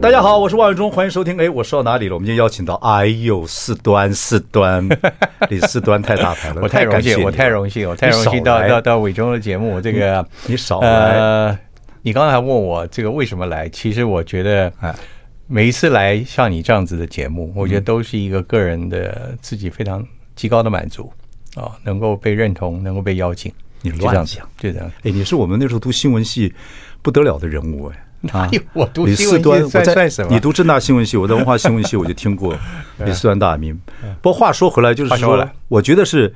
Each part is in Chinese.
大家好，我是万永忠，欢迎收听。哎，我说到哪里了？我们今天邀请到，哎呦，四端四 端，李四端太大牌了，我太荣感谢幸，你我了太荣幸，我太荣你幸少到来到到伟忠的节目，这个你少来，呃，你刚才问我这个为什么来，其实我觉得哎嗯每一次来像你这样子的节目，我觉得都是一个个人的自己非常极高的满足啊，能够被认同，能够被邀请，你就乱这样子讲，就这样。哎，你是我们那时候读新闻系不得了的人物哎。哪有我读李新四闻端，系我算在算什么你？读正大新闻系，我在文化新闻系，我就听 过李四端大名。不过话说回来，就是嗯话说回说来，我觉得是，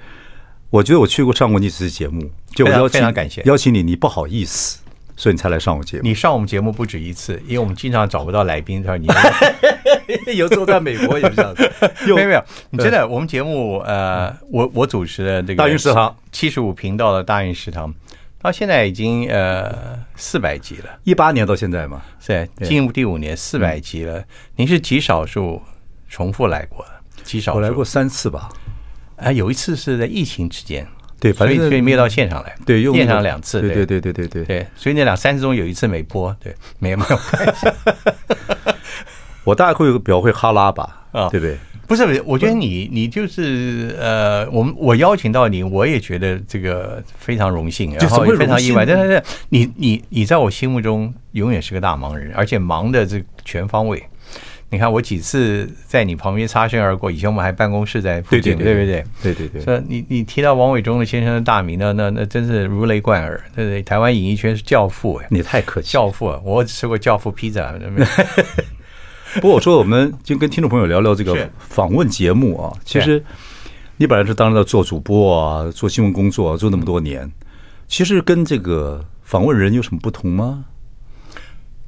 我觉得我去过上过你几次节目，就我非常邀请非常感谢邀请你，你不好意思，所以你才来上我节目。你 上我们节目不止一次，因为我们经常找不到来宾，他说你，有时候在美国也是这样 子没有没有，你真的，我们节目呃，我我主持的这嗯个大运食堂七十五频道的大运食堂，到现在已经呃四百集了，一八年到现在嘛，是进入第五年四百集嗯了。您是极少数重复来过的，极少数我来过三次吧。啊，有一次是在疫情之间，对所反以正所以没有到现场来，对，用那现个场两次，对对对对对对对。对，所以那两三次中有一次没播，对，没 有没有。我大概会有表会哈拉吧，啊对不对？不是，不是，我觉得你你就是呃，我们我邀请到你，我也觉得这个非常荣幸，然怎么后会也非常意外。荣幸但是你你你在我心目中永远是个大忙人，而且忙的这全方位。你看我几次在你旁边擦身而过，以前我们还办公室在附对对近，对不对？对对对。这你你提到王伟忠的先生的大名呢，那那真是如雷贯耳，对对，台湾演艺圈是教父哎，你太客气了。教父，啊我只吃过教父披萨， 没有 不过我说，我们就跟听众朋友聊聊这个是访问节目啊。其实你本来是当了做主播啊，做新闻工作、啊、做那么多年，其实跟这个访问人有什么不同吗？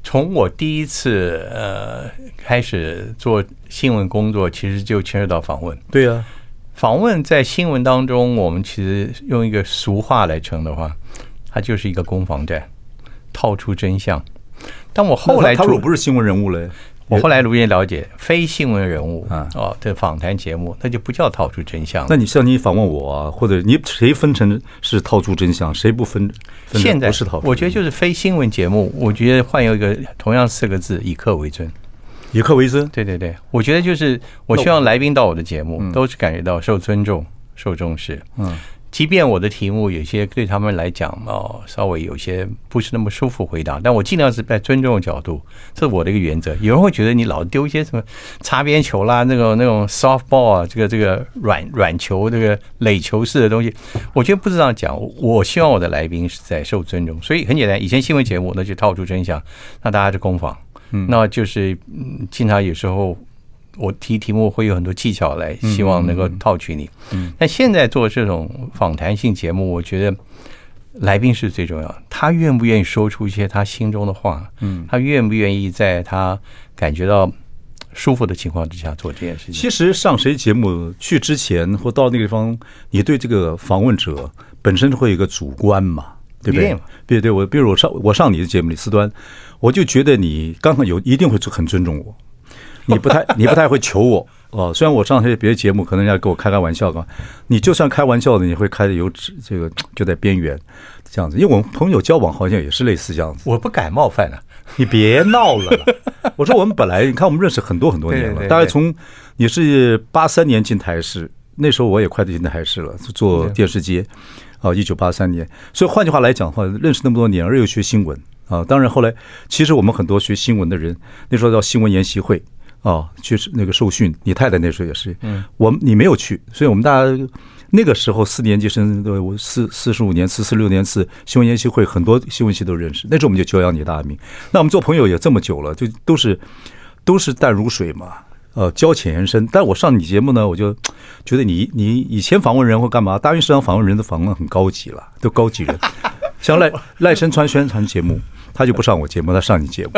从我第一次呃开始做新闻工作，其实就牵涉到访问。对呀、啊，访问在新闻当中，我们其实用一个俗话来称的话，它就是一个攻防战，套出真相。但我后来他如逐果不是新闻人物嘞，我后来逐渐了解，非新闻人物啊哦的访谈节目，那就不叫套出真相了那。你像你访问我啊，或者你谁分成是套出真相，谁不分？分成现在不是套出真相，我觉得就是非新闻节目，我觉得换有一个同样四个字，以客为尊。以客为尊。对对对，我觉得就是我希望来宾到我的节目都是感觉到受尊重、受重视。嗯，即便我的题目有些对他们来讲哦，稍微有些不是那么舒服回答，但我尽量是在尊重的角度，这是我的一个原则。有人会觉得你老丢一些什么擦边球啦，那种那种 softball 啊，这个这个软软球、这个垒球式的东西，我觉得不是这样讲。我希望我的来宾是在受尊重，所以很简单，以前新闻节目那就套出真相，那大家就攻防。那就是嗯，经常有时候我提题目会有很多技巧来，希望能够套取你。但现在做这种访谈性节目，我觉得来宾是最重要的，他愿不愿意说出一些他心中的话，嗯，他愿不愿意在他感觉到舒服的情况之下做这件事情。其实上谁节目去之前或到那个地方，你对这个访问者本身会有一个主观嘛，对不一定对嘛？对对，我比如我上我上你的节目里四端，我就觉得你刚刚有一定会很尊重我，你不 太你不太会求我哦。虽然我上些别的节目可能人家跟我开开玩笑干嘛，你就算开玩笑的，你会开的有这个就在边缘这样子，因为我们朋友交往好像也是类似这样子。我不敢冒犯啊， 你别闹了啦！我说我们本来你看我们认识很多很多年对对了，对大概从你是八三年进台视，那时候我也快进台视了，做电视街，啊，一九八三年。所以换句话来讲的话，认识那么多年，而又学新闻啊。当然后来，其实我们很多学新闻的人，那时候叫新闻研习会啊，去那个受训。你太太那时候也是，嗯，我你没有去，所以我们大家。那个时候四年级生，对我四四十五年次、四六年次新闻研习会，很多新闻系都认识。那时候我们就久仰你大名。那我们做朋友也这么久了，就都是都是淡如水嘛，呃，交浅言深。但我上你节目呢，我就觉得你你以前访问人或干嘛，大运市场访问人的访问很高级了，都高级人。 像赖赖声川宣传节目，他就不上我节目，他上你节目。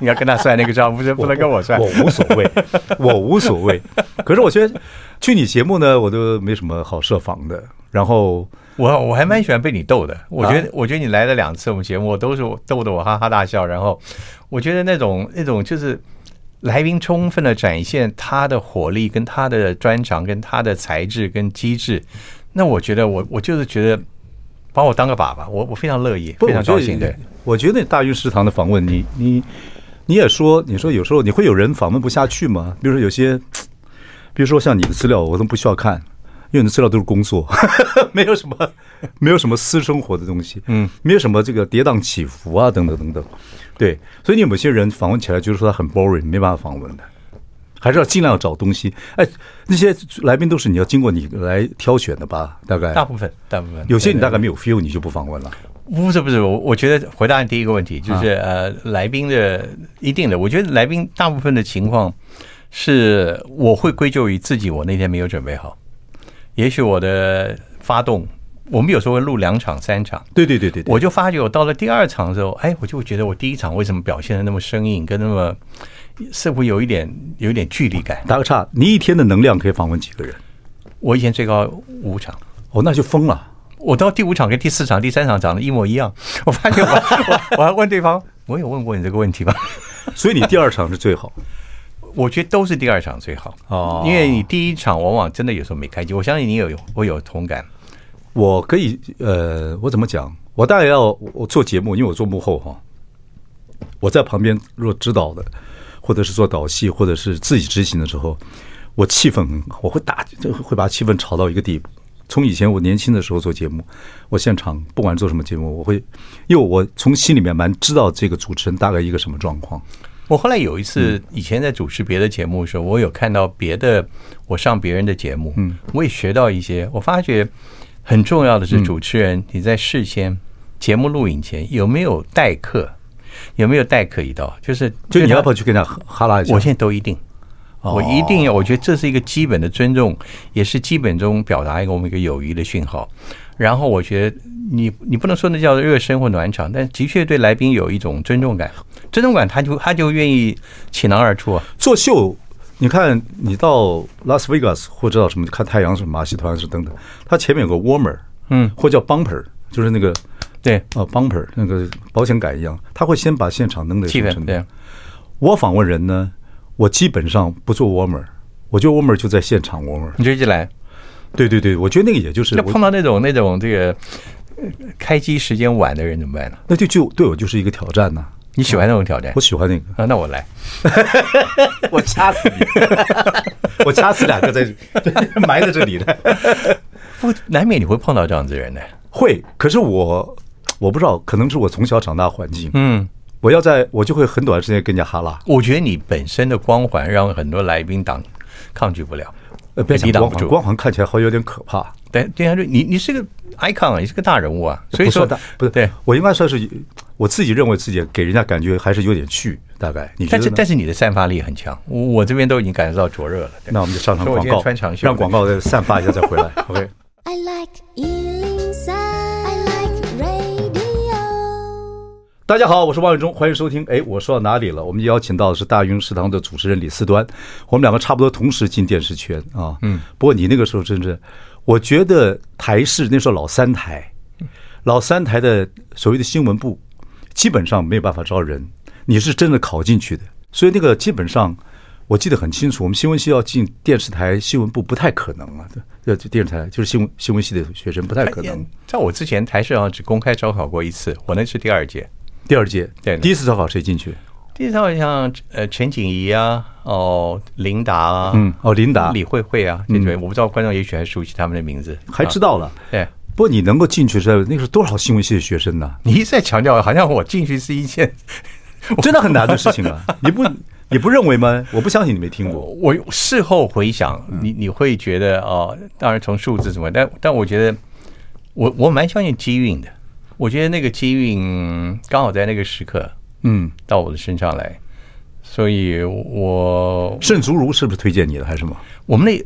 你要跟他算那个账，不是不能跟我 算。我无所谓，我无所谓。 可是我觉得去你节目呢，我都没什么好设防的。然后我我还蛮喜欢被你逗的，我啊觉得我觉得你来了两次我们节目，我都是逗得我哈哈大笑。然后我觉得那种那种就是来宾充分的展现他的火力、跟他的专长、跟他的才智跟机智，那我觉得我我就是觉得把我当个爸爸，我我非常乐意，不非常高兴。我觉对得，我觉得大运食堂的访问，你你你也说，你说有时候你会有人访问不下去吗？比如说有些，比如说像你的资料，我都不需要看，因为你的资料都是工作， 没有什么没有什么私生活的东西，嗯，没有什么这个跌宕起伏啊，等等等等。对，所以你有些人访问起来就是说他很 boring，没办法访问的。还是要尽量找东西。哎，那些来宾都是你要经过你来挑选的吧？大概大部分大部分有些你大概。对对概没有 feel，你就不访问了。不是不是，我我觉得回答你第一个问题就是、啊呃，来宾的一定的，我觉得来宾大部分的情况是我会归咎于自己，我那天没有准备好，也许我的发动，我们有时候会录两场三场，对对对对对，我就发觉我到了第二场的时候，哎，我就会觉得我第一场为什么表现的那么生硬，跟那么似乎有一点有一点距离感。打个岔，你一天的能量可以访问几个人？我以前最高五场。哦，那就疯了。我到第五场跟第四场、第三场长得一模一样， 我发 现我我我还问对方，我有问过你这个问题吗？ 所以你第二场是最好。 我觉得都是第二场最好哦因为你第一场往往真的有时候没开机，我相信你有我有同感。我可以，呃，我怎么讲？我大概要我做节目，因为我做幕后哈。我在旁边若指导的，或者是做导戏，或者是自己执行的时候，我气氛很我会打，就会把气氛炒到一个地步。从以前我年轻的时候做节目，我现场不管做什么节目，我会，因为我从心里面蛮知道这个主持人大概一个什么状况。我后来有一嗯次以前在主持别的节目的时候，我有看到别的我上别人的节目，嗯，我也学到一些。我发觉很重要的是主持人你在事嗯先节目录影前有没有代课，有没有代课一道，就是就你对他要不要去跟他哈哈拉一下？我现在都一定，哦我一定要，我觉得这是一个基本的尊重，也是基本中表达一个我们一个友谊的讯号。然后我觉得你你不能说那叫热身或暖场，但的确对来宾有一种尊重感，尊重感他就他就愿意倾囊而出啊。做秀，你看你到拉斯维加斯或者到什么看太阳什么马戏团是等等，它前面有个 warmer，嗯，或叫 bumper，就是那个对，呃 bumper 那个保险杆一样，他会先把现场弄得气什么氛程度对。我访问人呢，我基本上不做 warmer，我觉得 warmer 就在现场 warmer。你就一直来，对对对，我觉得那个也就是那我碰到那种那种这个呃开机时间晚的人怎么办呢？那就就对我就是一个挑战呐、你喜欢那种挑战我？喜欢那个，啊，那我来。 我掐死你， 我掐死两个在埋在这里的。不，难免你会碰到这样子的人的。会，可是我我不知道，可能是我从小长大环境，嗯，我要在我就会很短时间跟人家哈拉，我觉得你本身的光环让很多来宾党抗拒不了，呃，别讲哎抵挡光不环，住光环看起来好像有点可怕，对对啊，就你你是个 icon 啊，你是个大人物啊，所以不说算大，不是，对，我应该算是我自己认为自己给人家感觉还是有点趣，大概你觉但得是呢？但是你的散发力很强，我我这边都已经感受到灼热了。对那我们就上上所以我广今天告穿长，袖让广告再散发一下再回 来，OK。 I like Ealing Sound. I like radio. 大家好，我是王伟忠，欢迎收听。哎，我说到哪里了？我们邀请到的是大云食堂的主持人李四端，我们两个差不多同时进电视圈啊。嗯，不过你那个时候真是，我觉得台视那时候老三台，老三台的所谓的新闻部，基本上没有办法招人，你是真的考进去的，所以那个基本上我记得很清楚，我们新闻系要进电视台新闻部不太可能啊，对，呃电视台就是新闻新闻系的学生不太可能。哎在我之前，台视好像只公开招考过一次，我那是第二届。第二届，对第一次招考谁进去？第一次好像呃陈景怡啊，哦琳达啊，嗯哦琳达嗯李慧慧啊，这对，我不知道观众也许还熟悉他们的名字，还知道、道了。对。不过你能够进去是那个是多少新闻系的学生 呢、你一再强调，好像我进去是一件真的很难的事情 啊！你不你不认为吗？我不相信你没听过。我事后回想，嗯你你会觉得哦，当然从数字什么，但但我觉得我我蛮相信机运的。我觉得那个机运嗯刚好在那个时刻嗯，到我的身上来，所以我盛竹如是不是推荐你的还是什么？我们那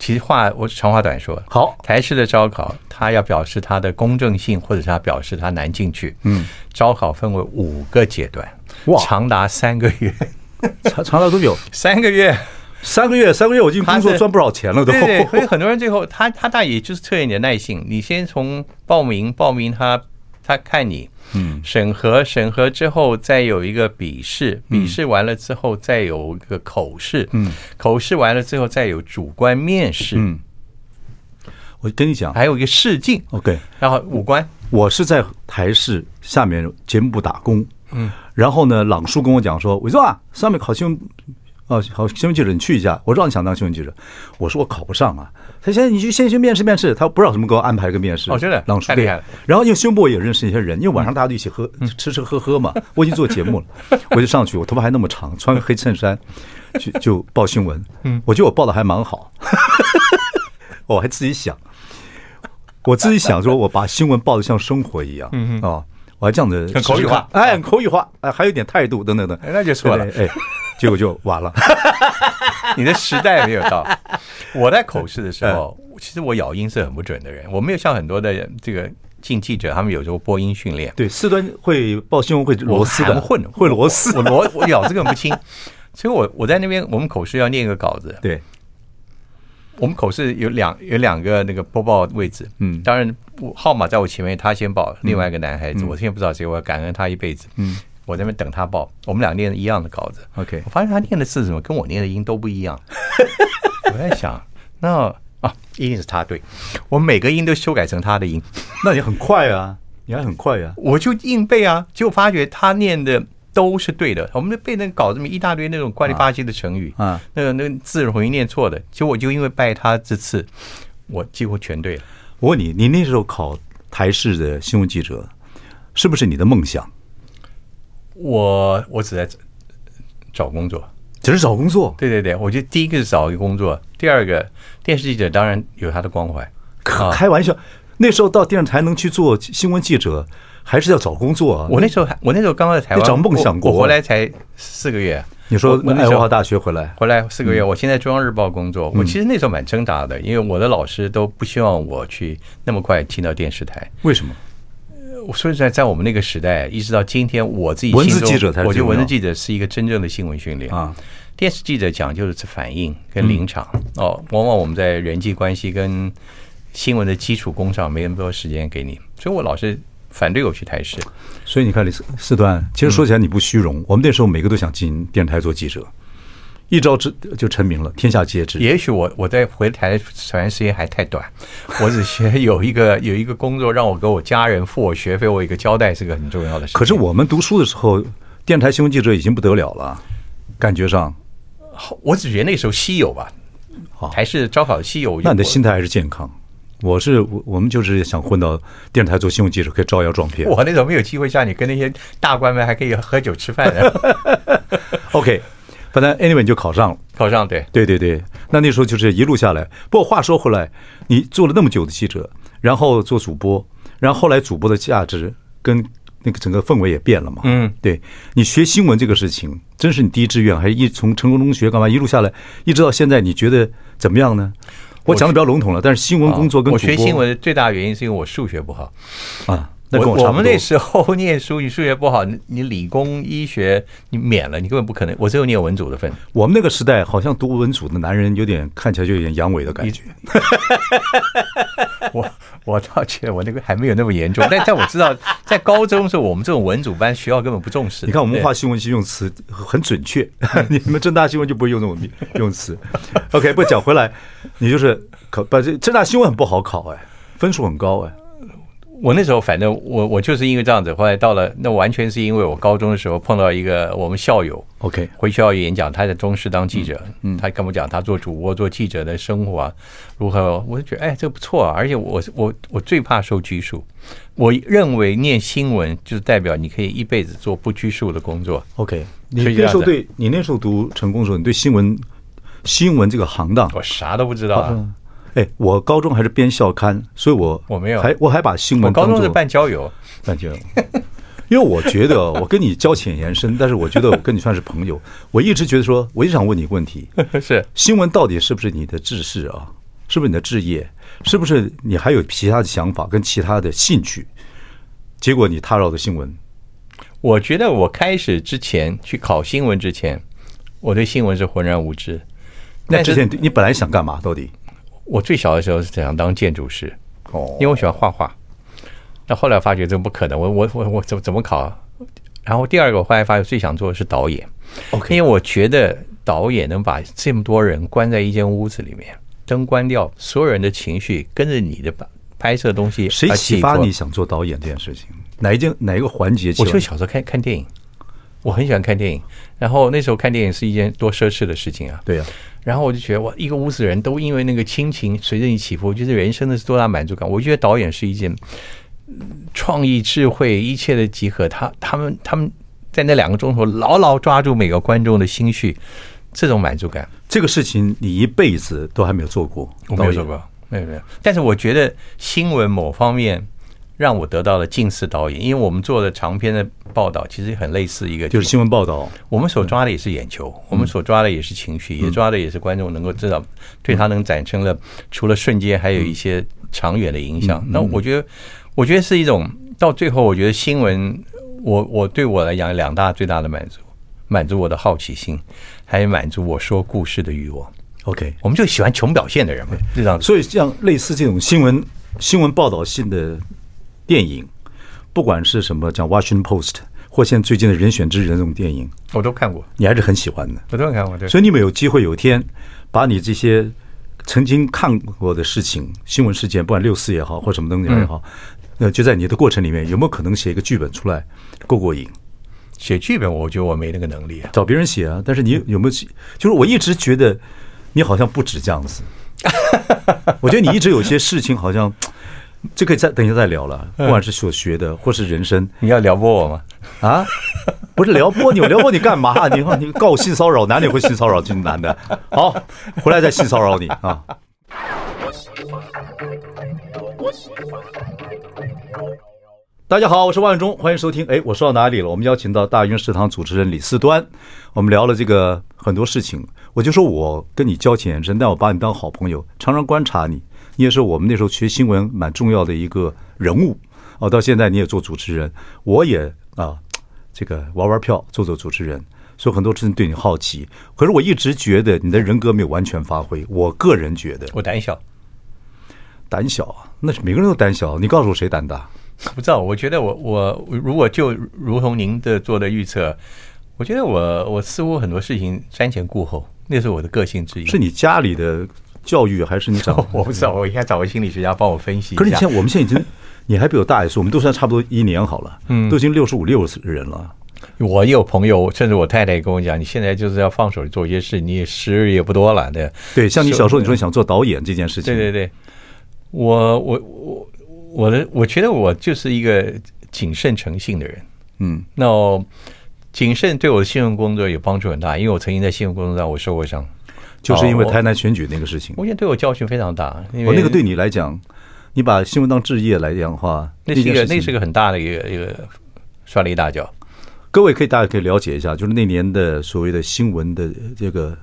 其实话我长话短说，好台式的招考，它要表示它的公正性，或者是它表示它难进去。嗯，招考分为五个阶段，哇长达三个月，长长达多久？三个月。三个月，三个月，我已经工他作是赚不少钱了 都。对对，所以很多人最后他他大也就是测验你的耐性，你先从报名报名他他看你，嗯，审核审核之后再有一个笔试，笔试完了之后再有一个口试，嗯，口试完了之后再有主观面试，嗯我跟你讲还有一个试镜， ，OK，然后五官，我是在台视下面节目部打工，嗯，然后呢，朗叔跟我讲说，伟忠啊，上面考新闻，呃，考新闻记者，你去一下，我知道你想当新闻记者，我说我考不上啊，他现在你去先去面试面试，他不知道怎么给我安排个面试，哦真的朗叔太厉害了嗯对然后因为新闻部我也认识一些人，因为晚上大家都一起喝、吃吃喝喝嘛，我已经做节目了， 我就上去，我头发还那么长，穿个黑衬衫，就就报新闻，嗯，我觉得我报的还蛮好，哦我还自己想。我自己想说，我把新闻报的像生活一样，嗯啊，我还这样子很口语化哎，很口语化，哎，还有点态度等等等，哎那就错了对对哎，结果就完了， 你的时代没有到。 我在口试的时候，其实我咬音是很不准的人，我没有像很多的人这个进记者，他们有时候播音训练，对，四端会报新闻会螺丝的，我含混会螺丝， 我我我咬字根本不清，所以我我在那边我们口试要念一个稿子，对，我们口试有两有两个那个播报位置，嗯当然我号码在我前面，他先报，另外一个男孩子，我现在不知道谁，我要感恩他一辈子，嗯，我在那边等他报，我们俩念一样的稿子 OK 我发现他念的字怎么跟我念的音都不一样，我在想，那啊，一定是他对，我每个音都修改成他的音，那你很快啊，你还很快啊，我就硬背啊，结果发觉他念的都是对的。我们背那个稿子里面一大堆那种怪里吧唧的成语啊啊那个那个字容易念错的。结果我就因为拜他这次，我几乎全对了。我问你，你那时候考台视的新闻记者，是不是你的梦想？我我只在找工作，只是找工作，对对对，我觉得第一个是找一个工作，第二个电视记者当然有他的光环，啊可开玩笑，那时候到电视台能去做新闻记者，还是要找工作啊。我那时候还，我那时候刚刚在台湾，你找梦想我国我回来才四个月。你说哎我我那爱时荷候华大学回来，回来四个嗯月，我现在中央日报工作。我其实那时候蛮挣扎的，因为我的老师都不希望我去那么快进到电视台。为什么？我说实在，在我们那个时代，一直到今天，我自己文字心中记者才是我觉最得重文字要记者是一个真正的新闻训练啊。电视记者讲究的是反应跟临场、嗯哦，往往我们在人际关系跟新闻的基础功上没那么多时间给你，所以我老是反对我去台视。所以你看，李四四段，其实说起来你不虚荣，我们那时候每个都想进电视台做记者，一招之就成名了，天下皆知。也许我我在回台台湾时间还太 短，我只学有一个 有一个工作让我给我家人付我学费，我有一个交代是个很重要的事情。可是我们读书的时候，电台新闻记者已经不得了了，感觉上，我只觉得那时候稀有吧，还是招考稀有。哦那你的我心态还是健康。我是我，我们就是想混到电视台做新闻记者，可以招摇撞骗。我那时候没有机会像你跟那些大官们还可以喝酒吃 饭的， OK，反正 anyway 你就考上了。考上对。对对对，那那时候就是一路下来。不过话说回来，你做了那么久的记者，然后做主播，然后后来主播的价值跟那个整个氛围也变了嘛。嗯，对你学新闻这个事情，真是你第一志愿，还一从成功中学干嘛一路下来，一直到现在，你觉得怎么样呢？我讲的比较笼统了，但是新闻工作跟啊哦我主播学新闻的最大原因是因为我数学不好。啊，那我跟差我不们多那。时候念书，你数学不好，你你理工医学你免了，你根本不可能。我只有念文组的份。我们那个时代，好像读文组的男人有点看起来就有点阳痿的感觉。我我倒觉得我那个还没有那么严重，但但我知道，在高中的时候，我们这种文组班学校根本不重视。你看我们对文化新闻系用词很准确， 你们正大新闻就不会用这种名 用词。OK，不讲回来，你就是考把这正大新闻很不好考哎，分数很高哎。我那时候反正我我就是因为这样子，后来到了那完全是因为我高中的时候碰到一个我们校友 OK，回学校演讲，他在中视当记者，嗯他跟我讲他做主播、做记者的生活啊，如何，我就觉得哎，这不错啊，而且我我我最怕受拘束，我认为念新闻就是代表你可以一辈子做不拘束的工作， OK，你所以这那啊样时候子对你那时候读成功的时候，你对新闻新闻这个行当，我啥都不知道啊，哎，我高中还是编校刊，所以我我没有还我还把新我闻高当中是作办 交友。感觉。因为我觉得我跟你交浅言深，但是我觉得我跟你算是朋友。我一直觉得说，我一直想问你一个问题：是新闻到底是不是你的志士啊？是不是你的置业，是不是你还有其他的想法跟其他的兴趣？结果你踏入的新闻，我觉得我开始之前去考新闻之前，我对新闻是浑然无知。那但是之前你本来想干嘛？到底？我最小的时候是想当建筑师，哦因为我喜欢画画。那后来发觉这不可能，我我我我怎么怎么考啊？然后第二个，我后来发现最想做的是导演 OK 因为我觉得导演能把这么多人关在一间屋子里面，灯关掉，所有人的情绪跟着你的拍拍摄东西，谁启发你？想做导演这件事情？哪一件哪一个环节启我发就你？小时候看看电影，我很喜欢看电影，然后那时候看电影是一件多奢侈的事情啊。对呀、然后我就觉得哇，一个屋子人都因为那个亲情随着你起伏，就是人生的是多大满足感。我觉得导演是一件嗯创意、智慧一切的集合。他他们他们在那两个钟头牢牢抓住每个观众的心绪，这种满足感这个事情你一辈子都还没有做过，我没有做导演。过，没有没有。但是我觉得新闻某方面让我得到了近似导演，因为我们做的长篇的报道其实很类似一个，就是新闻报道，我们所抓的也是眼球，我们所抓的也是情绪，也抓的也是观众能够知道，对他能产生了除了瞬间，还有一些长远的影响。那我觉得，我觉得是一种到最后，我觉得新闻，我我对我来讲两大最大的满足，满足我的好奇心，还有满足我说故事的欲望。 OK，我们就喜欢穷表现的人嘛，这样子。所以像类似这种新闻新闻报道性的电影，不管是什么讲《Washington Post》或现在最近的《人选之人》这种电影，我都看过，你还是很喜欢的。我都看过，对。所以你们有机会有一天把你这些曾经看过的事情、新闻事件，不管六四也好或什么东西也好，那就在你的过程里面，有没有可能写一个剧本出来过过瘾？写剧本，我觉得我没那个能力啊。找别人写啊，但是你有没有？就是我一直觉得你好像不止这样子，我觉得你一直有些事情好像，这可以再等一下再聊了，不管是所学的或是人生你要撩拨我吗？啊，不是撩拨你，我撩拨你干嘛？你你告我性骚扰，男的也会性骚扰这种男的，好，回来再性骚扰你啊。大家好，我是万永忠，欢迎收听。哎，我说到哪里了？我们邀请到大云食堂主持人李四端，我们聊了这个很多事情。我就说我跟你交情很深，但我把你当好朋友，常常观察你。你也是我们那时候学新闻蛮重要的一个人物哦，到现在你也做主持人，我也啊，这个玩玩票，做做主持人，所以很多事情对你好奇。可是我一直觉得你的人格没有完全发挥，我个人觉得我胆小，胆小啊，那是每个人都胆小。你告诉我谁胆大？不知道，我觉得我我如果就如同您的做的预测，我觉得我我似乎很多事情瞻前顾后，那是我的个性之一。是你家里的教育，还是你长 我不知道，我应该找个心理学家帮我分析一下。可是你现在，我们现在已经， 你还比我大一岁，我们都算差不多一年好了，嗯，都已经六十五六十人了。我也有朋友，甚至我太太也跟我讲，你现在就是要放手做一些事，你也时日也不多了对对，像你是小时候你说你想做导演这件事情，对对对，我我我我的，我觉得我就是一个谨慎诚信的人。嗯，那我谨慎对我的新闻工作有帮助很大，因为我曾经在新闻工作上我受过伤，就是因为哦我台南选举那个事情，我觉得对我教训非常大。因我哦为那个对你来讲，你把新闻当置业来讲的话，那是一件个事情那是一个很大的一个一个摔了一大跤。各位可以大家可以了解一下，就是那年的所谓的新闻的这个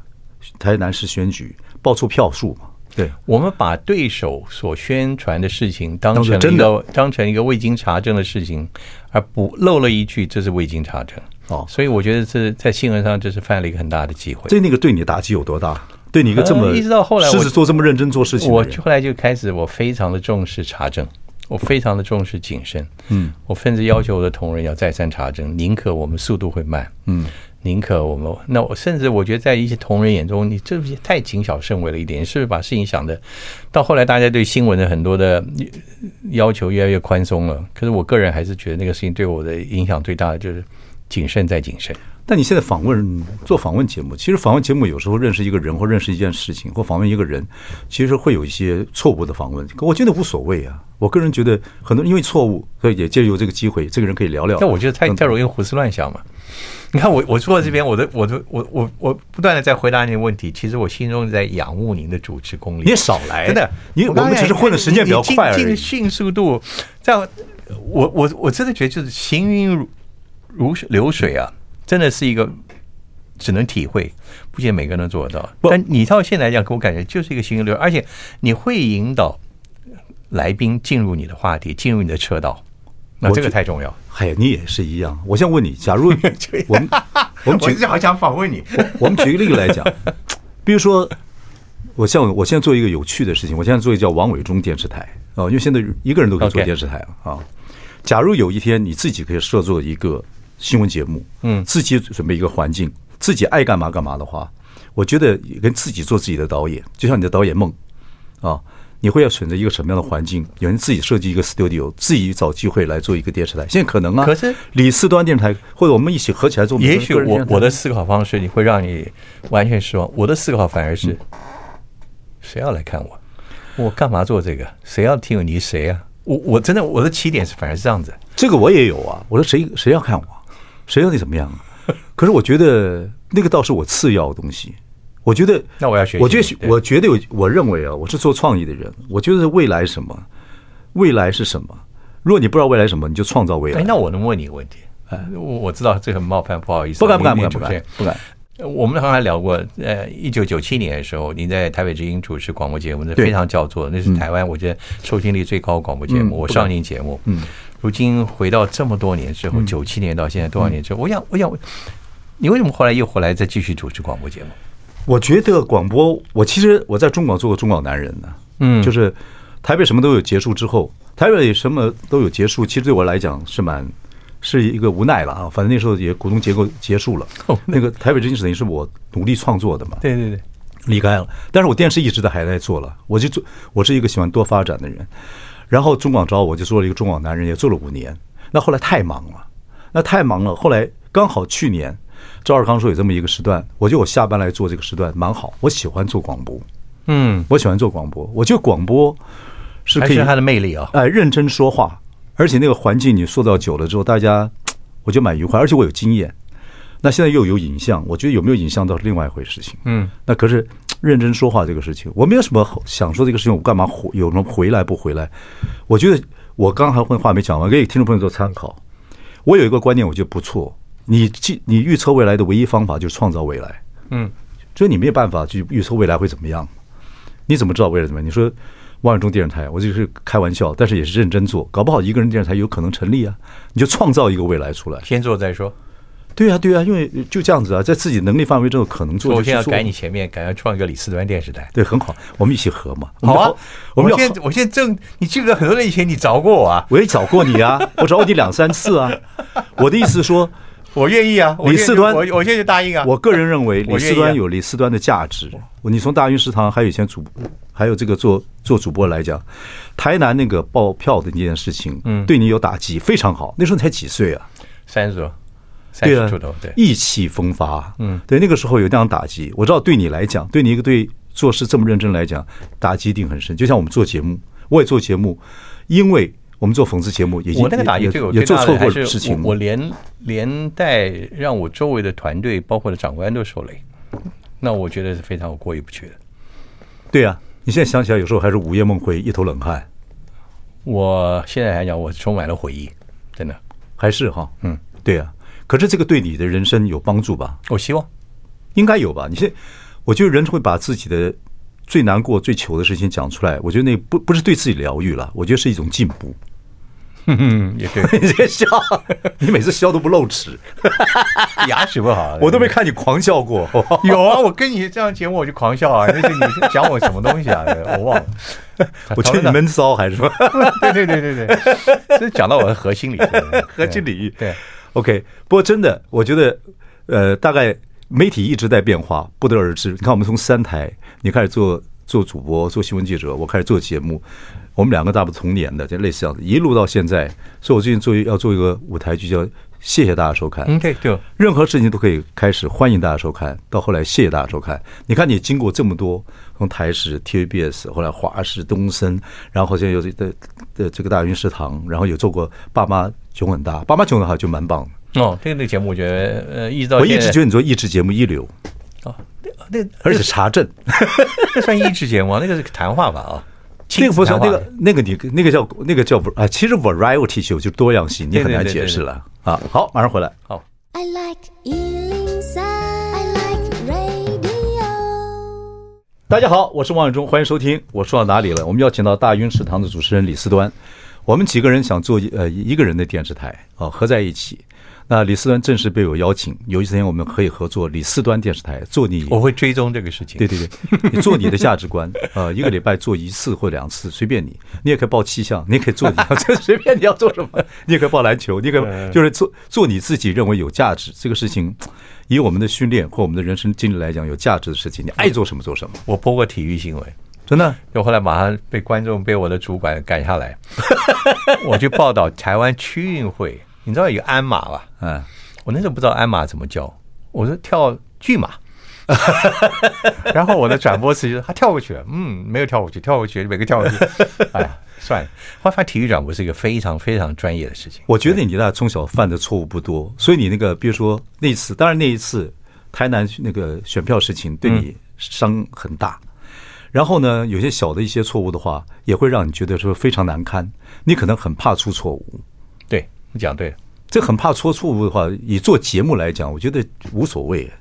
台南市选举爆出票数嘛，对，我们把对手所宣传的事情当成当成一真个当成一个未经查证的事情，而不漏了一句这是未经查证。哦所以我觉得这在新闻上这是犯了一个很大的忌讳。这那个对你打击有多大？对你一个这么呃一直到后来我狮子座这么认真做事情的我人，后来就开始，我非常的重视查证，我非常的重视谨慎。嗯，我甚至要求我的同仁要再三查证，宁可我们速度会慢，嗯，宁可我们那我甚至我觉得在一些同仁眼中，你这不是太谨小慎微了一点？你是不是把事情想的？到后来大家对新闻的很多的呃要求越来越宽松了，可是我个人还是觉得那个事情对我的影响最大的就是谨慎再谨慎。但你现在访问做访问节目，其实访问节目有时候认识一个人或认识一件事情或访问一个人，其实会有一些错误的访问，可我觉得无所谓啊。我个人觉得很多因为错误，所以也借由这个机会，这个人可以聊聊。但我觉得太嗯太容易胡思乱想嘛。你看我我坐在这边，我的我的我我我不断的在回答你的问题，其实我心中在仰慕您的主持功力。哎你也少来真的，你我刚们才只是混的时间比较你你快而进进已的迅速度，这样，我我我真的觉得就是行云如如流水啊，真的是一个只能体会，不见每个人能做得不到。但你到现在讲，给我感觉就是一个行云流，而且你会引导来宾进入你的话题，进入你的车道，那我这个觉太重要。哎呀，你也是一样。我想问你，假 如我们我们我举就好想访问你， 我们举一个例子来讲，比如说，我像我现在做一个有趣的事情，我现在做一个叫王伟忠电视台啊、因为现在一个人都可以做 OK 电视台了啊、假如有一天你自己可以设做一个新闻节目，嗯，自己准备一个环境，自己爱干嘛干嘛的话，我觉得也跟自己做自己的导演，就像你的导演梦啊。你会要选择一个什么样的环境？有人自己设计一个 studio，自己找机会来做一个电视台，现在可能啊。可是李四端电视台，或者我们一起合起来做。 也许我我的思考方式你会让你完全失望，我的思考反而是，谁要来看我？我干嘛做这个？谁要听你谁啊？我我真的我的起点是反而是这样子，这个我也有啊。我说谁谁要看我，谁要你怎么样、啊？可是我觉得那个倒是我次要的东西。我觉得，那我要学习我觉得对我觉得有我认为啊，我是做创意的人，我觉得未来是什么，未来是什么？如果你不知道未来是什么，你就创造未哎来，。那我能问你一个问题？我我知道这很冒犯，不好意哎思，不敢不敢我不一敢不定主持敢人不敢。呃我们好像还聊过，呃，一九九七年的时候，您在台北之音主持广播节目，那对非常叫座，那是台湾我觉得收听率最高的广播节目，嗯嗯我上您节目。嗯，如今回到这么多年之后，九七年到现在多少年之后，我想，我想，你为什么后来又回来再继续主持广播节目？我觉得广播，我其实我在中广做过中广男人呢、嗯，就是台北什么都有结束之后，台北什么都有结束，其实对我来讲是蛮是一个无奈了啊。反正那时候也股东结构结束了，那个台北这件事情是我努力创作的嘛，对对对，离开了。但是我电视一直在还在做了，我就做，我是一个喜欢多发展的人。然后中广招我就做了一个中广男人，也做了五年。那后来太忙了，那太忙了。后来刚好去年赵二康说有这么一个时段，我就我下班来做这个时段蛮好，我喜欢做广播，嗯，我喜欢做广播，我觉得广播是还可以是它的魅力啊。哎，认真说话，而且那个环境你塑造久了之后，大家我觉得蛮愉快，而且我有经验。那现在又有影像，我觉得有没有影像倒是另外一回事情。嗯，那可是认真说话这个事情，我没有什么好想说这个事情，我干嘛回有什么回来不回来？我觉得我刚还话没讲完，给听众朋友做参考。我有一个观念，我觉得不错。你既你预测未来的唯一方法就是创造未来。嗯，就是你没有办法去预测未来会怎么样。你怎么知道未来怎么样？你说万永中电视台，我就是开玩笑，但是也是认真做，搞不好一个人电视台有可能成立啊，你就创造一个未来出来。先做再说。对啊，对啊，因为就这样子啊，在自己能力范围之后可能做所以就我去现在要做赶你前面，赶快创一个李四端电视台。对，很好，我们一起合嘛。好啊要，我我们要现在我现在正，你记不记得很多年以前你找过我啊？我也找过你啊，我找过你两三次啊。我的意思说，我愿意啊，我李愿意四端我我现在就答应 啊。我个人认为李我愿意啊四端有李四端的价值。你从大运食堂还有以前主，还有这个做做主播来讲，台南那个爆票的那件事情，嗯，对你有打击，非常好。那时候你才几岁啊？三十多，三对十啊出头，对，意气风发，嗯，对，那个时候有那样打击，我知道对你来讲，对你一个对做事这么认真来讲，打击一定很深。就像我们做节目，我也做节目，因为我们做讽刺节目，已经我那个打击也对我也最也做大错的还过是事我情，我连连带让我周围的团队，包括我的长官都受累，那我觉得是非常过意不去的。对啊，你现在想起来，有时候还是午夜梦回，一头冷汗，我现在来讲，我充满了回忆，真的，还是哈，嗯，对啊。可是这个对你的人生有帮助吧？我希望应该有吧？你现在，我觉得人会把自己的最难过、最糗的事情讲出来，我觉得那不不是对自己疗愈了，我觉得是一种进步。嗯也对，你这笑， 你每次笑都不露齿，牙齿不好， 我都没看你狂笑过。好不好有啊，我跟你这样节目我就狂笑啊，那是你讲我什么东西啊？对我忘了， 我觉得你闷骚还是什么 对对对对对，这讲到我的核心里去 了，核心领域。对。 OK，不过真的，我觉得，呃，大概媒体一直在变化，不得而知。你看，我们从三台，你开始做做主播，做新闻记者，我开始做节目，我们两个大不同年的，就类似这样子，一路到现在。所以我最近做一要做一个舞台剧，叫《谢谢大家收看》。嗯对对，任何事情都可以开始，欢迎大家收看。到后来，谢谢大家收看。你看，你经过这么多，从台视、TVBS，后来华视、东森，然后现在有这的的这个大云食堂，然后有做过《爸妈囧很大》，《爸妈囧很大》就蛮棒的。哦，这个那个节目我觉得呃，一直到我现一直在觉得你做益智节目一流，哦，那那而且查证，这算益智节目啊， 那个是谈话吧啊，那亲个子不是谈话那个那个你那个叫那个叫啊，其实 variety show 就是多样性，你很难解释了啊。好，马上回来。好。 I like Ealing Sound. I 大家好，我是王永忠，欢迎收听。我说到哪里了？我们邀请到大云食堂的主持人李思端，我们几个人想做一呃一个人的电视台啊，合在一起。那李思端正式被我邀请，有一天我们可以合作李思端电视台，做你我会追踪这个事情。对对对，你做你的价值观，呃，一个礼拜做一次或两次，随便你。你也可以报气象，你也可以做你要，这随便你要做什么，你也可以报篮球，你也可以就是做做你自己认为有价值这个事情。以我们的训练或我们的人生经历来讲，有价值的事情，你爱做什么做什么，我播过体育新闻，真的。就后来马上被观众被我的主管赶下来， 我去报道台湾区运会。你知道有鞍马吧？嗯，我那时候不知道鞍马怎么叫，我说跳巨马。 然后我的转播词就是他跳过去了，嗯，没有跳过去，跳过去每个跳过去，哎呀，算了。后来发现体育转播是一个非常非常专业的事情。我觉得你那从小犯的错误不多，所以你那个比如说那一次，当然那一次台南那个选票事情对你伤很大。然后呢，有些小的一些错误的话，也会让你觉得说非常难堪。你可能很怕出错误，对，你讲对了。这很怕出错误的话，以做节目来讲，我觉得无所谓。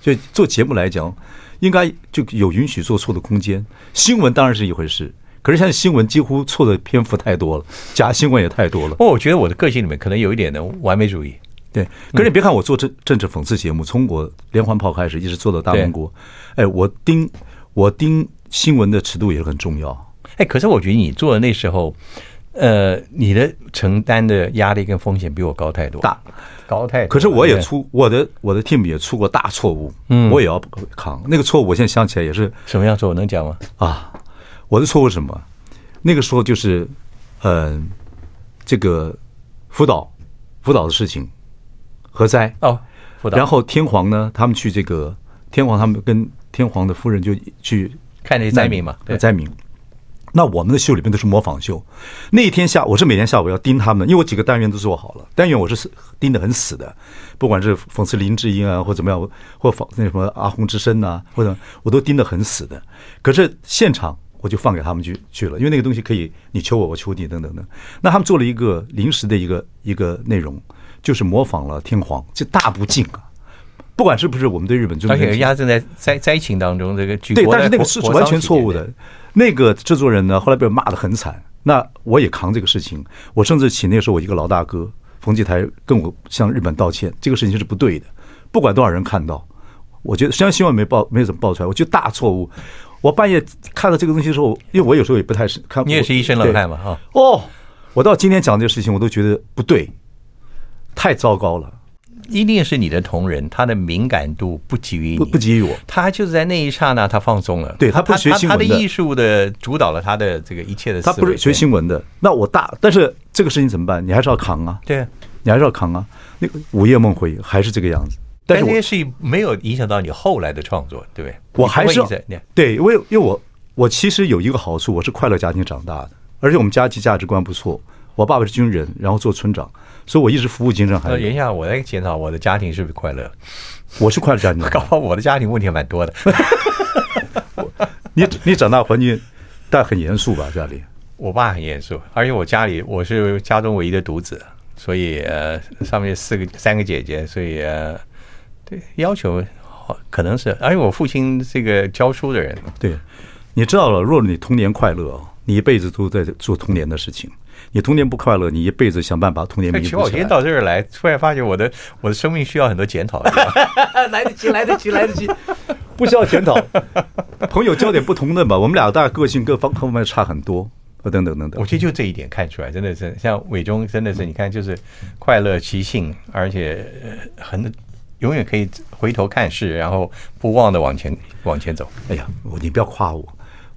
就做节目来讲，应该就有允许做错的空间。新闻当然是一回事，可是现在新闻几乎错的篇幅太多了，假新闻也太多了不。过我觉得我的个性里面可能有一点的完美主义。对，可是你别看我做政政治讽刺节目，从我连环炮开始，一直做到大对蒙国，哎，我盯我盯新闻的尺度也很重要。哎，可是我觉得你做的那时候，呃，你的承担的压力跟风险比我高太多，大高太多了。啊可是我也对出我的我的 team 也出过大错误，嗯，我也要扛那个错误。我现在想起来也是什么样做我能讲吗？啊，我的错误是什么？那个时候就是，嗯、这个辅导辅导的事情，核灾哦，辅导然后天皇呢，他们去这个天皇，他们跟天皇的夫人就去看那些灾民嘛呃对灾民。那我们的秀里面都是模仿秀，那一天下我是每天下午要盯他们，因为我几个单元都做好了，单元我是死盯得很死的，不管是讽刺林志英啊，或怎么样，或讽那什么阿红之声呐、或者我都盯得很死的。可是现场我就放给他们去去了，因为那个东西可以你求我，我求你等等等。那他们做了一个临时的一个一个内容，就是模仿了天皇，这大不敬啊！不管是不是我们对日本尊而重，且人家正在灾灾情当中，这个举对，国但是的那个国是国完丧全事错件误对的。那个制作人呢，后来被骂得很惨。那我也扛这个事情，我甚至请那时候我一个老大哥冯骥台跟我向日本道歉，这个事情是不对的，不管多少人看到，我觉得虽然新闻没报，没有怎么爆出来，我觉得大错误。我半夜看到这个东西的时候，因为我有时候也不太是看，你也是一身冷汗嘛对哈哦，我到今天讲这个事情，我都觉得不对，太糟糕了。一定是你的同仁，他的敏感度不及于你，不不及于我他就是在那一刹那，他放松了。对他不他是学他新他闻的的艺术的主导了他的这个一切的思他维。不是学新闻的，那我大，但是这个事情怎么办？你还是要扛啊。对，对你还是要扛啊。那个午夜梦回还是这个样子，但但是这我些事情没有影响到你后来的创作，对不对？我还是你要不会一直你看对，我有因为我我其实有一个好处，我是快乐家庭长大的，而且我们家庭价值观不错。我爸爸是军人，然后做村长，所以我一直服务精神还那有。言下，我在检讨我的家庭是不是快乐？我是快乐家庭长 搞大，不好我的家庭问题还蛮多的。 你你长大环境，但很严肃吧？家里我爸很严肃，而且我家里我是家中唯一的独子，所以呃，上面四个三个姐姐，所以呃，对要求好可能是，而且我父亲这个教书的人，对，你知道了，若你童年快乐哦，你一辈子都在做童年的事情；你童年不快乐，你一辈子想办法把童年哎，弥其实补我起今天来。到这儿来，突然发现我的我的生命需要很多检讨。来得及，来得及，来得及， 不需要检讨。朋友交点不同的吧，我们俩大个性各方各方面差很多，呃，等等等我等。觉得就这一点看出来，真的是像伟忠，真的嗯是你看，就是快乐即兴，而且呃很永远可以回头看事，然后不忘的往前往前走。哎呀，我你不要夸我，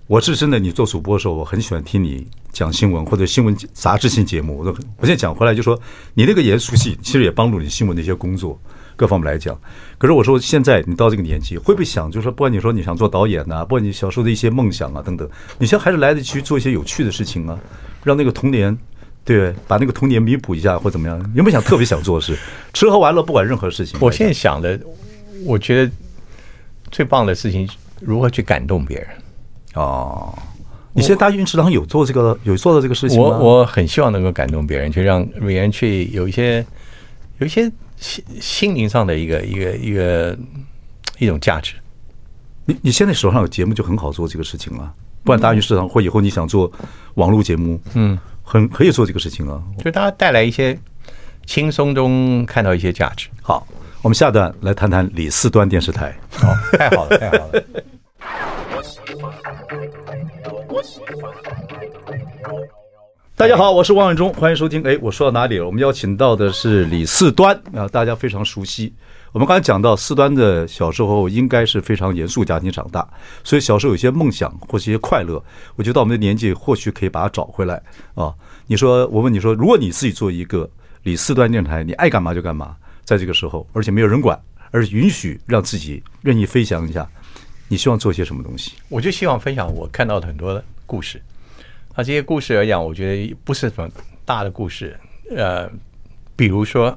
我是真的。你做主播的时候，我很喜欢听你讲新闻或者新闻杂志性节目。我都很我现在讲回来就说，你那个严肃性其实也帮助你新闻的一些工作各方面来讲。可是我说现在你到这个年纪，会不会想，就是说，不管你说你想做导演啊呐、不管你小时候的一些梦想啊等等，你现在还是来得及去做一些有趣的事情啊，让那个童年。对，把那个童年弥补一下，或怎么样？有没有想特别想做的事？吃喝玩乐，不管任何事情。我现在想的，我觉得最棒的事情，如何去感动别人。哦，你现在大运食堂有做这个，有做到这个事情我吗？我很希望能够感动别人，去让别人去有一些有一些心心灵上的一个一个一个一种价值。你你现在手上有节目就很好做这个事情了，不管大鱼市场或以后你想做网络节目，嗯，很可以做这个事情啊。就大家带来一些轻松中看到一些价值。好，我们下段来谈谈李四端电视台。好，太好了，太好了。大家好，我是王永忠，欢迎收听。哎，我说到哪里了？我们邀请到的是李四端啊，大家非常熟悉。我们刚才讲到，四端的小时候应该是非常严肃家庭长大，所以小时候有些梦想或是一些快乐，我觉得到我们的年纪或许可以把它找回来啊。你说，我问你说，如果你自己做一个李四端电台，你爱干嘛就干嘛，在这个时候，而且没有人管，而且允许让自己任意飞翔一下，你希望做些什么东西？我就希望分享我看到的很多的故事。那这些故事来讲，我觉得不是什么大的故事，呃，比如说，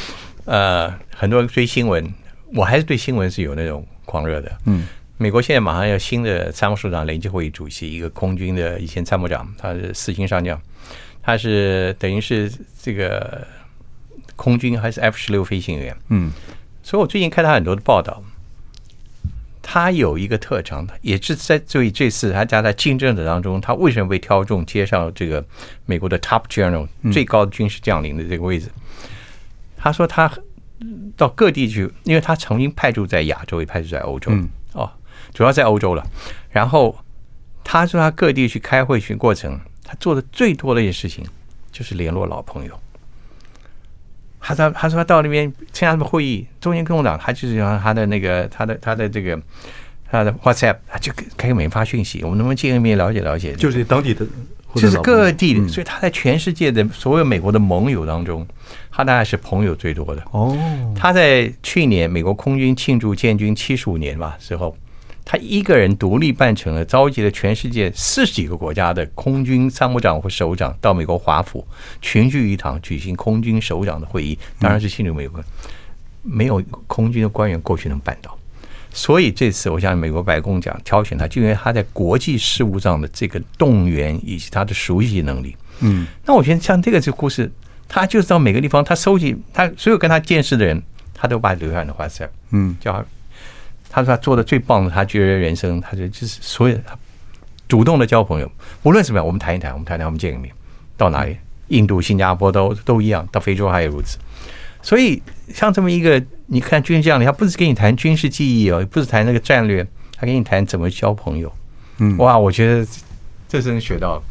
呃，很多人追新闻，我还是对新闻是有那种狂热的。嗯，美国现在马上要新的参谋首长联席会议主席，一个空军的以前参谋长，他是四星上将，他是等于是这个空军还是 F 十六飞行员。嗯，所以我最近看他很多的报道，他有一个特长，也是在所以这次他加在竞争者当中，他为什么被挑中接上这个美国的 top general 最高军事将领的这个位置？他说他嗯到各地去，因为他曾经派驻在亚洲，也派驻在欧洲，哦，主要在欧洲了。然后他说他各地去开会去过程，他做的最多的一件事情就是联络老朋友。他到他说他到那边参加什么会议，中间共党他就是让他的那个他的他的这个他的 WhatsApp，他就开给每人发讯息，我们能不能见个面了解了解？就是当地的，或者就是老嗯朋友各地的，所以他在全世界的所有美国的盟友当中，他大概是朋友最多的。哦，他在去年美国空军庆祝建军七十五年吧时候，他一个人独立办成了，召集了全世界四十几个国家的空军参谋长或首长到美国华府群聚一堂，举行空军首长的会议，当然是庆祝美国。没有空军的官员过去能办到，所以这次我想美国白宫讲挑选他，就因为他在国际事务上的这个动员以及他的熟悉能力。嗯，那我觉得像这个这个故事，他就是到每个地方，他收集他所有跟他见识的人，他都把他留下来的 WhatsApp，嗯，叫他他说他做的最棒的，他觉得人生，他觉得就是所有他主动的交朋友，无论什么样，我们谈一谈，我们谈一谈，我们见个面，到哪里，印度、新加坡都都一样，到非洲还也如此。所以像这么一个，你看军事将领，他不是跟你谈军事技艺哦，也不是谈那个战略，他跟你谈怎么交朋友。嗯，哇，我觉得这真的学到了，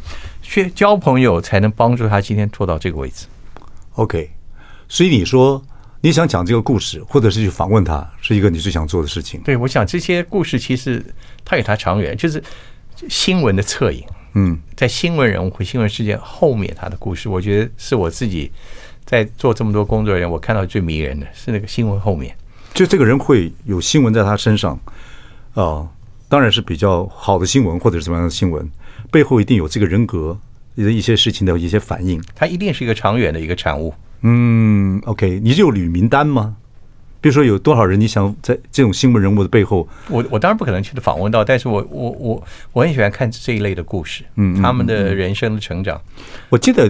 学交朋友才能帮助他今天做到这个位置。 OK，所以你说你想讲这个故事，或者是去访问他，是一个你最想做的事情。对，我想这些故事其实它有它长远，就是新闻的侧影。嗯，在新闻人物和新闻事件后面，他的故事，我觉得是我自己在做这么多工作人员，我看到最迷人的是那个新闻后面。就这个人会有新闻在他身上，啊、当然是比较好的新闻或者是怎么样的新闻，背后一定有这个人格的一些事情的一些反应。它一定是一个长远的一个产物。嗯，OK，你就有履名单吗？比如说有多少人你想在这种新闻人物的背后，我我当然不可能去访问到，但是我我我我很喜欢看这一类的故事，嗯，他们的人生的成长，我记得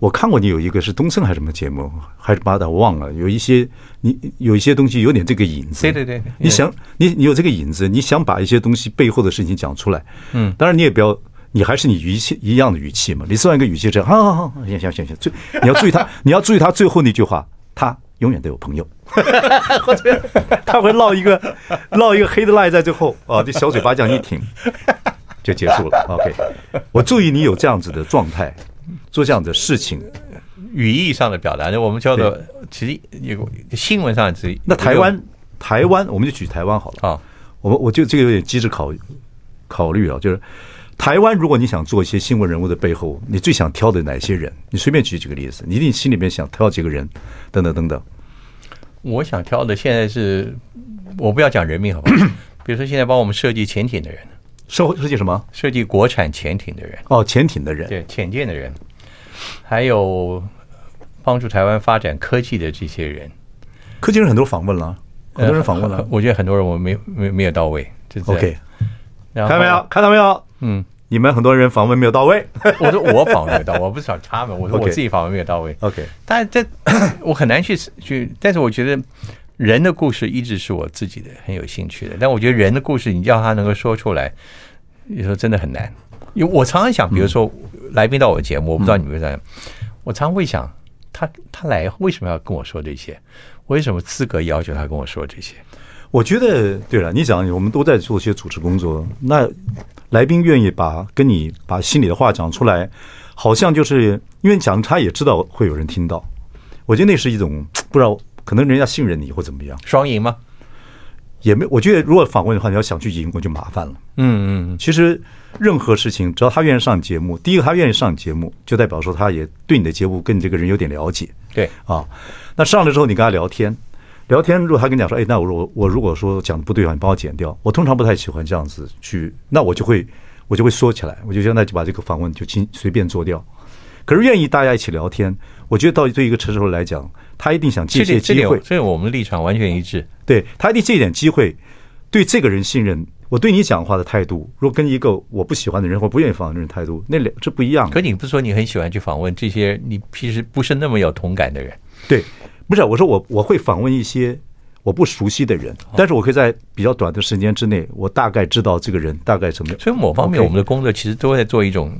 我看过你有一个是东森还是什么节目，还是八大我忘了，有一些你有一些东西有点这个影子。对对对对你想你你有这个影子，你想把一些东西背后的事情讲出来。嗯，当然你也不要。你还是你语气一样的语气嘛？你这样一个语气，这样，好好好，行行行行，最你要注意他， 你要注意他最后那句话，他永远都有朋友。 他会落一个落一个黑的 line 在最后啊，这小嘴巴这样一挺就结束了。OK，我注意你有这样子的状态，做这样的事情。语义上的表达，就我们叫做其实有新闻上是那台湾台湾，我们就举台湾好了。啊，我们我就这个有点机制考考虑啊，就是台湾，如果你想做一些新闻人物的背后，你最想挑的哪些人？你随便举几个例子，你一定心里面想挑几个人，等等等等。我想挑的现在是，我不要讲人名好不好？ 比如说现在帮我们设计潜艇的人，社会设计什么？设计国产潜艇的人，哦，潜艇的人。对潜舰的人，还有帮助台湾发展科技的这些人，科技人很多访问了，很多人访问了呃。我觉得很多人我没没没有到位，这 OK，然后看到没有？看到没有？嗯，你们很多人访问没有到位。 我说我访问没有到，位，我不是找他们，我说 OK 我自己访问没有到位。 OK 但这我很难去去，但是我觉得人的故事一直是我自己的很有兴趣的，但我觉得人的故事，你要他能够说出来，有时候真的很难。因为我常常想，比如嗯说来宾到我节目，我不知道你们在，我常会想，他他来为什么要跟我说这些？我有什么资格要求他跟我说这些？我觉得对了，你讲我们都在做一些主持工作，那来宾愿意把跟你把心里的话讲出来，好像就是因为讲他也知道会有人听到，我觉得那是一种不知道，可能人家信任你或怎么样，双赢吗？也没我觉得如果访问的话，你要想去赢，我就麻烦了。嗯嗯嗯，其实任何事情，只要他愿意上节目，第一个他愿意上节目，就代表说他也对你的节目跟你这个人有点了解对，啊。那上了之后，你跟他聊天，聊天如果他跟你讲说，哎，那我如果我如果说讲的不对的话，你帮我剪掉。我通常不太喜欢这样子去，那我就会我就会缩起来，我就现在就把这个访问就轻随便做掉。可是愿意大家一起聊天，我觉得到底对一个成熟人来讲，他一定想借这这点些这机点我会，这点我们的立场完全一致。对他一定借一点机会，对这个人信任。我对你讲话的态度，如果跟一个我不喜欢的人或不愿意访问的人态度，那两这不一样的。啊可你不是说你很喜欢去访问这些你其实不是那么有同感的人？对，不是我说我我会访问一些我不熟悉的人，哦但是我可以在比较短的时间之内，我大概知道这个人大概怎么样。所以某方面， OK 我们的工作其实都在做一种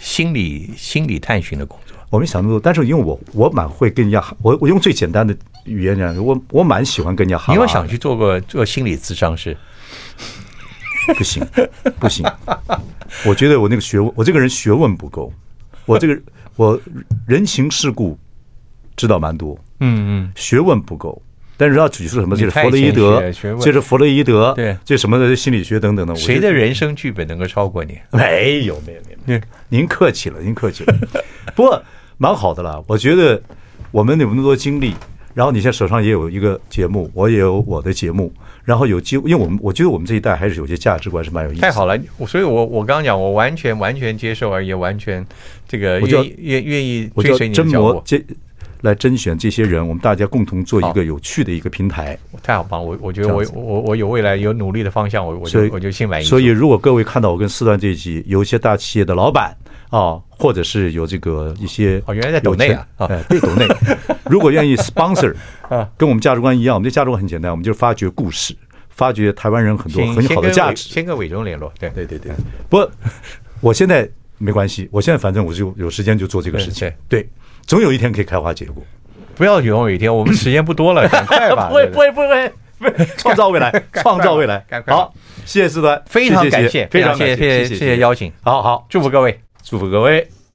心理心理探寻的工作。我没想那么多，但是因为我我蛮会跟人家，我我用最简单的语言讲，我我蛮喜欢跟人家哈你拉的。有没有想去做过做心理咨商师？不行，不行，我觉得我那个学问，我这个人学问不够，我这个我人情世故知道蛮多，嗯嗯，学问不够。但是要举出什么，你就是太弗洛伊德谦虚了学，问这是弗洛伊德，对这什么的心理学等等的。我觉得谁的人生剧本能够超过你？ 没有没有没有，嗯您客气了，您客气了。 不过蛮好的啦，我觉得我们有那么多精力，然后你现在手上也有一个节目，我也有我的节目，然后有机会，因为我们我觉得我们这一代还是有些价值观是蛮有意思的。太好了，我所以我，我刚刚讲，我完全完全接受，而也完全这个我就愿意愿愿意我追就随要你的征脚模步，这来甄选这些人，我们大家共同做一好个有趣的一个平台。太好棒！我我觉得这我样子我我有未来有努力的方向，我我所就以我就心满意足。所以，如果各位看到我跟四段这一集，有一些大企业的老板啊，或者是有这个一些哦原来在抖内啊有钱啊哎，对，抖内，如果愿意 sponsor，跟我们价值观一样，我们的价值观很简单，我们就是发掘故事，发掘台湾人很多先很好的价值。先跟伟先跟伟忠联络，对对对对，不过，我现在没关系，我现在反正我就有时间就做这个事情，对，总有一天可以开花结果，不要有有一天我们时间不多了，赶快吧，不会对不会不会。 创造未 来，创造未来赶。快吧好，谢谢四段，非常感谢谢，非常非感常谢谢谢谢谢邀请好好，祝福各位。祝福各位。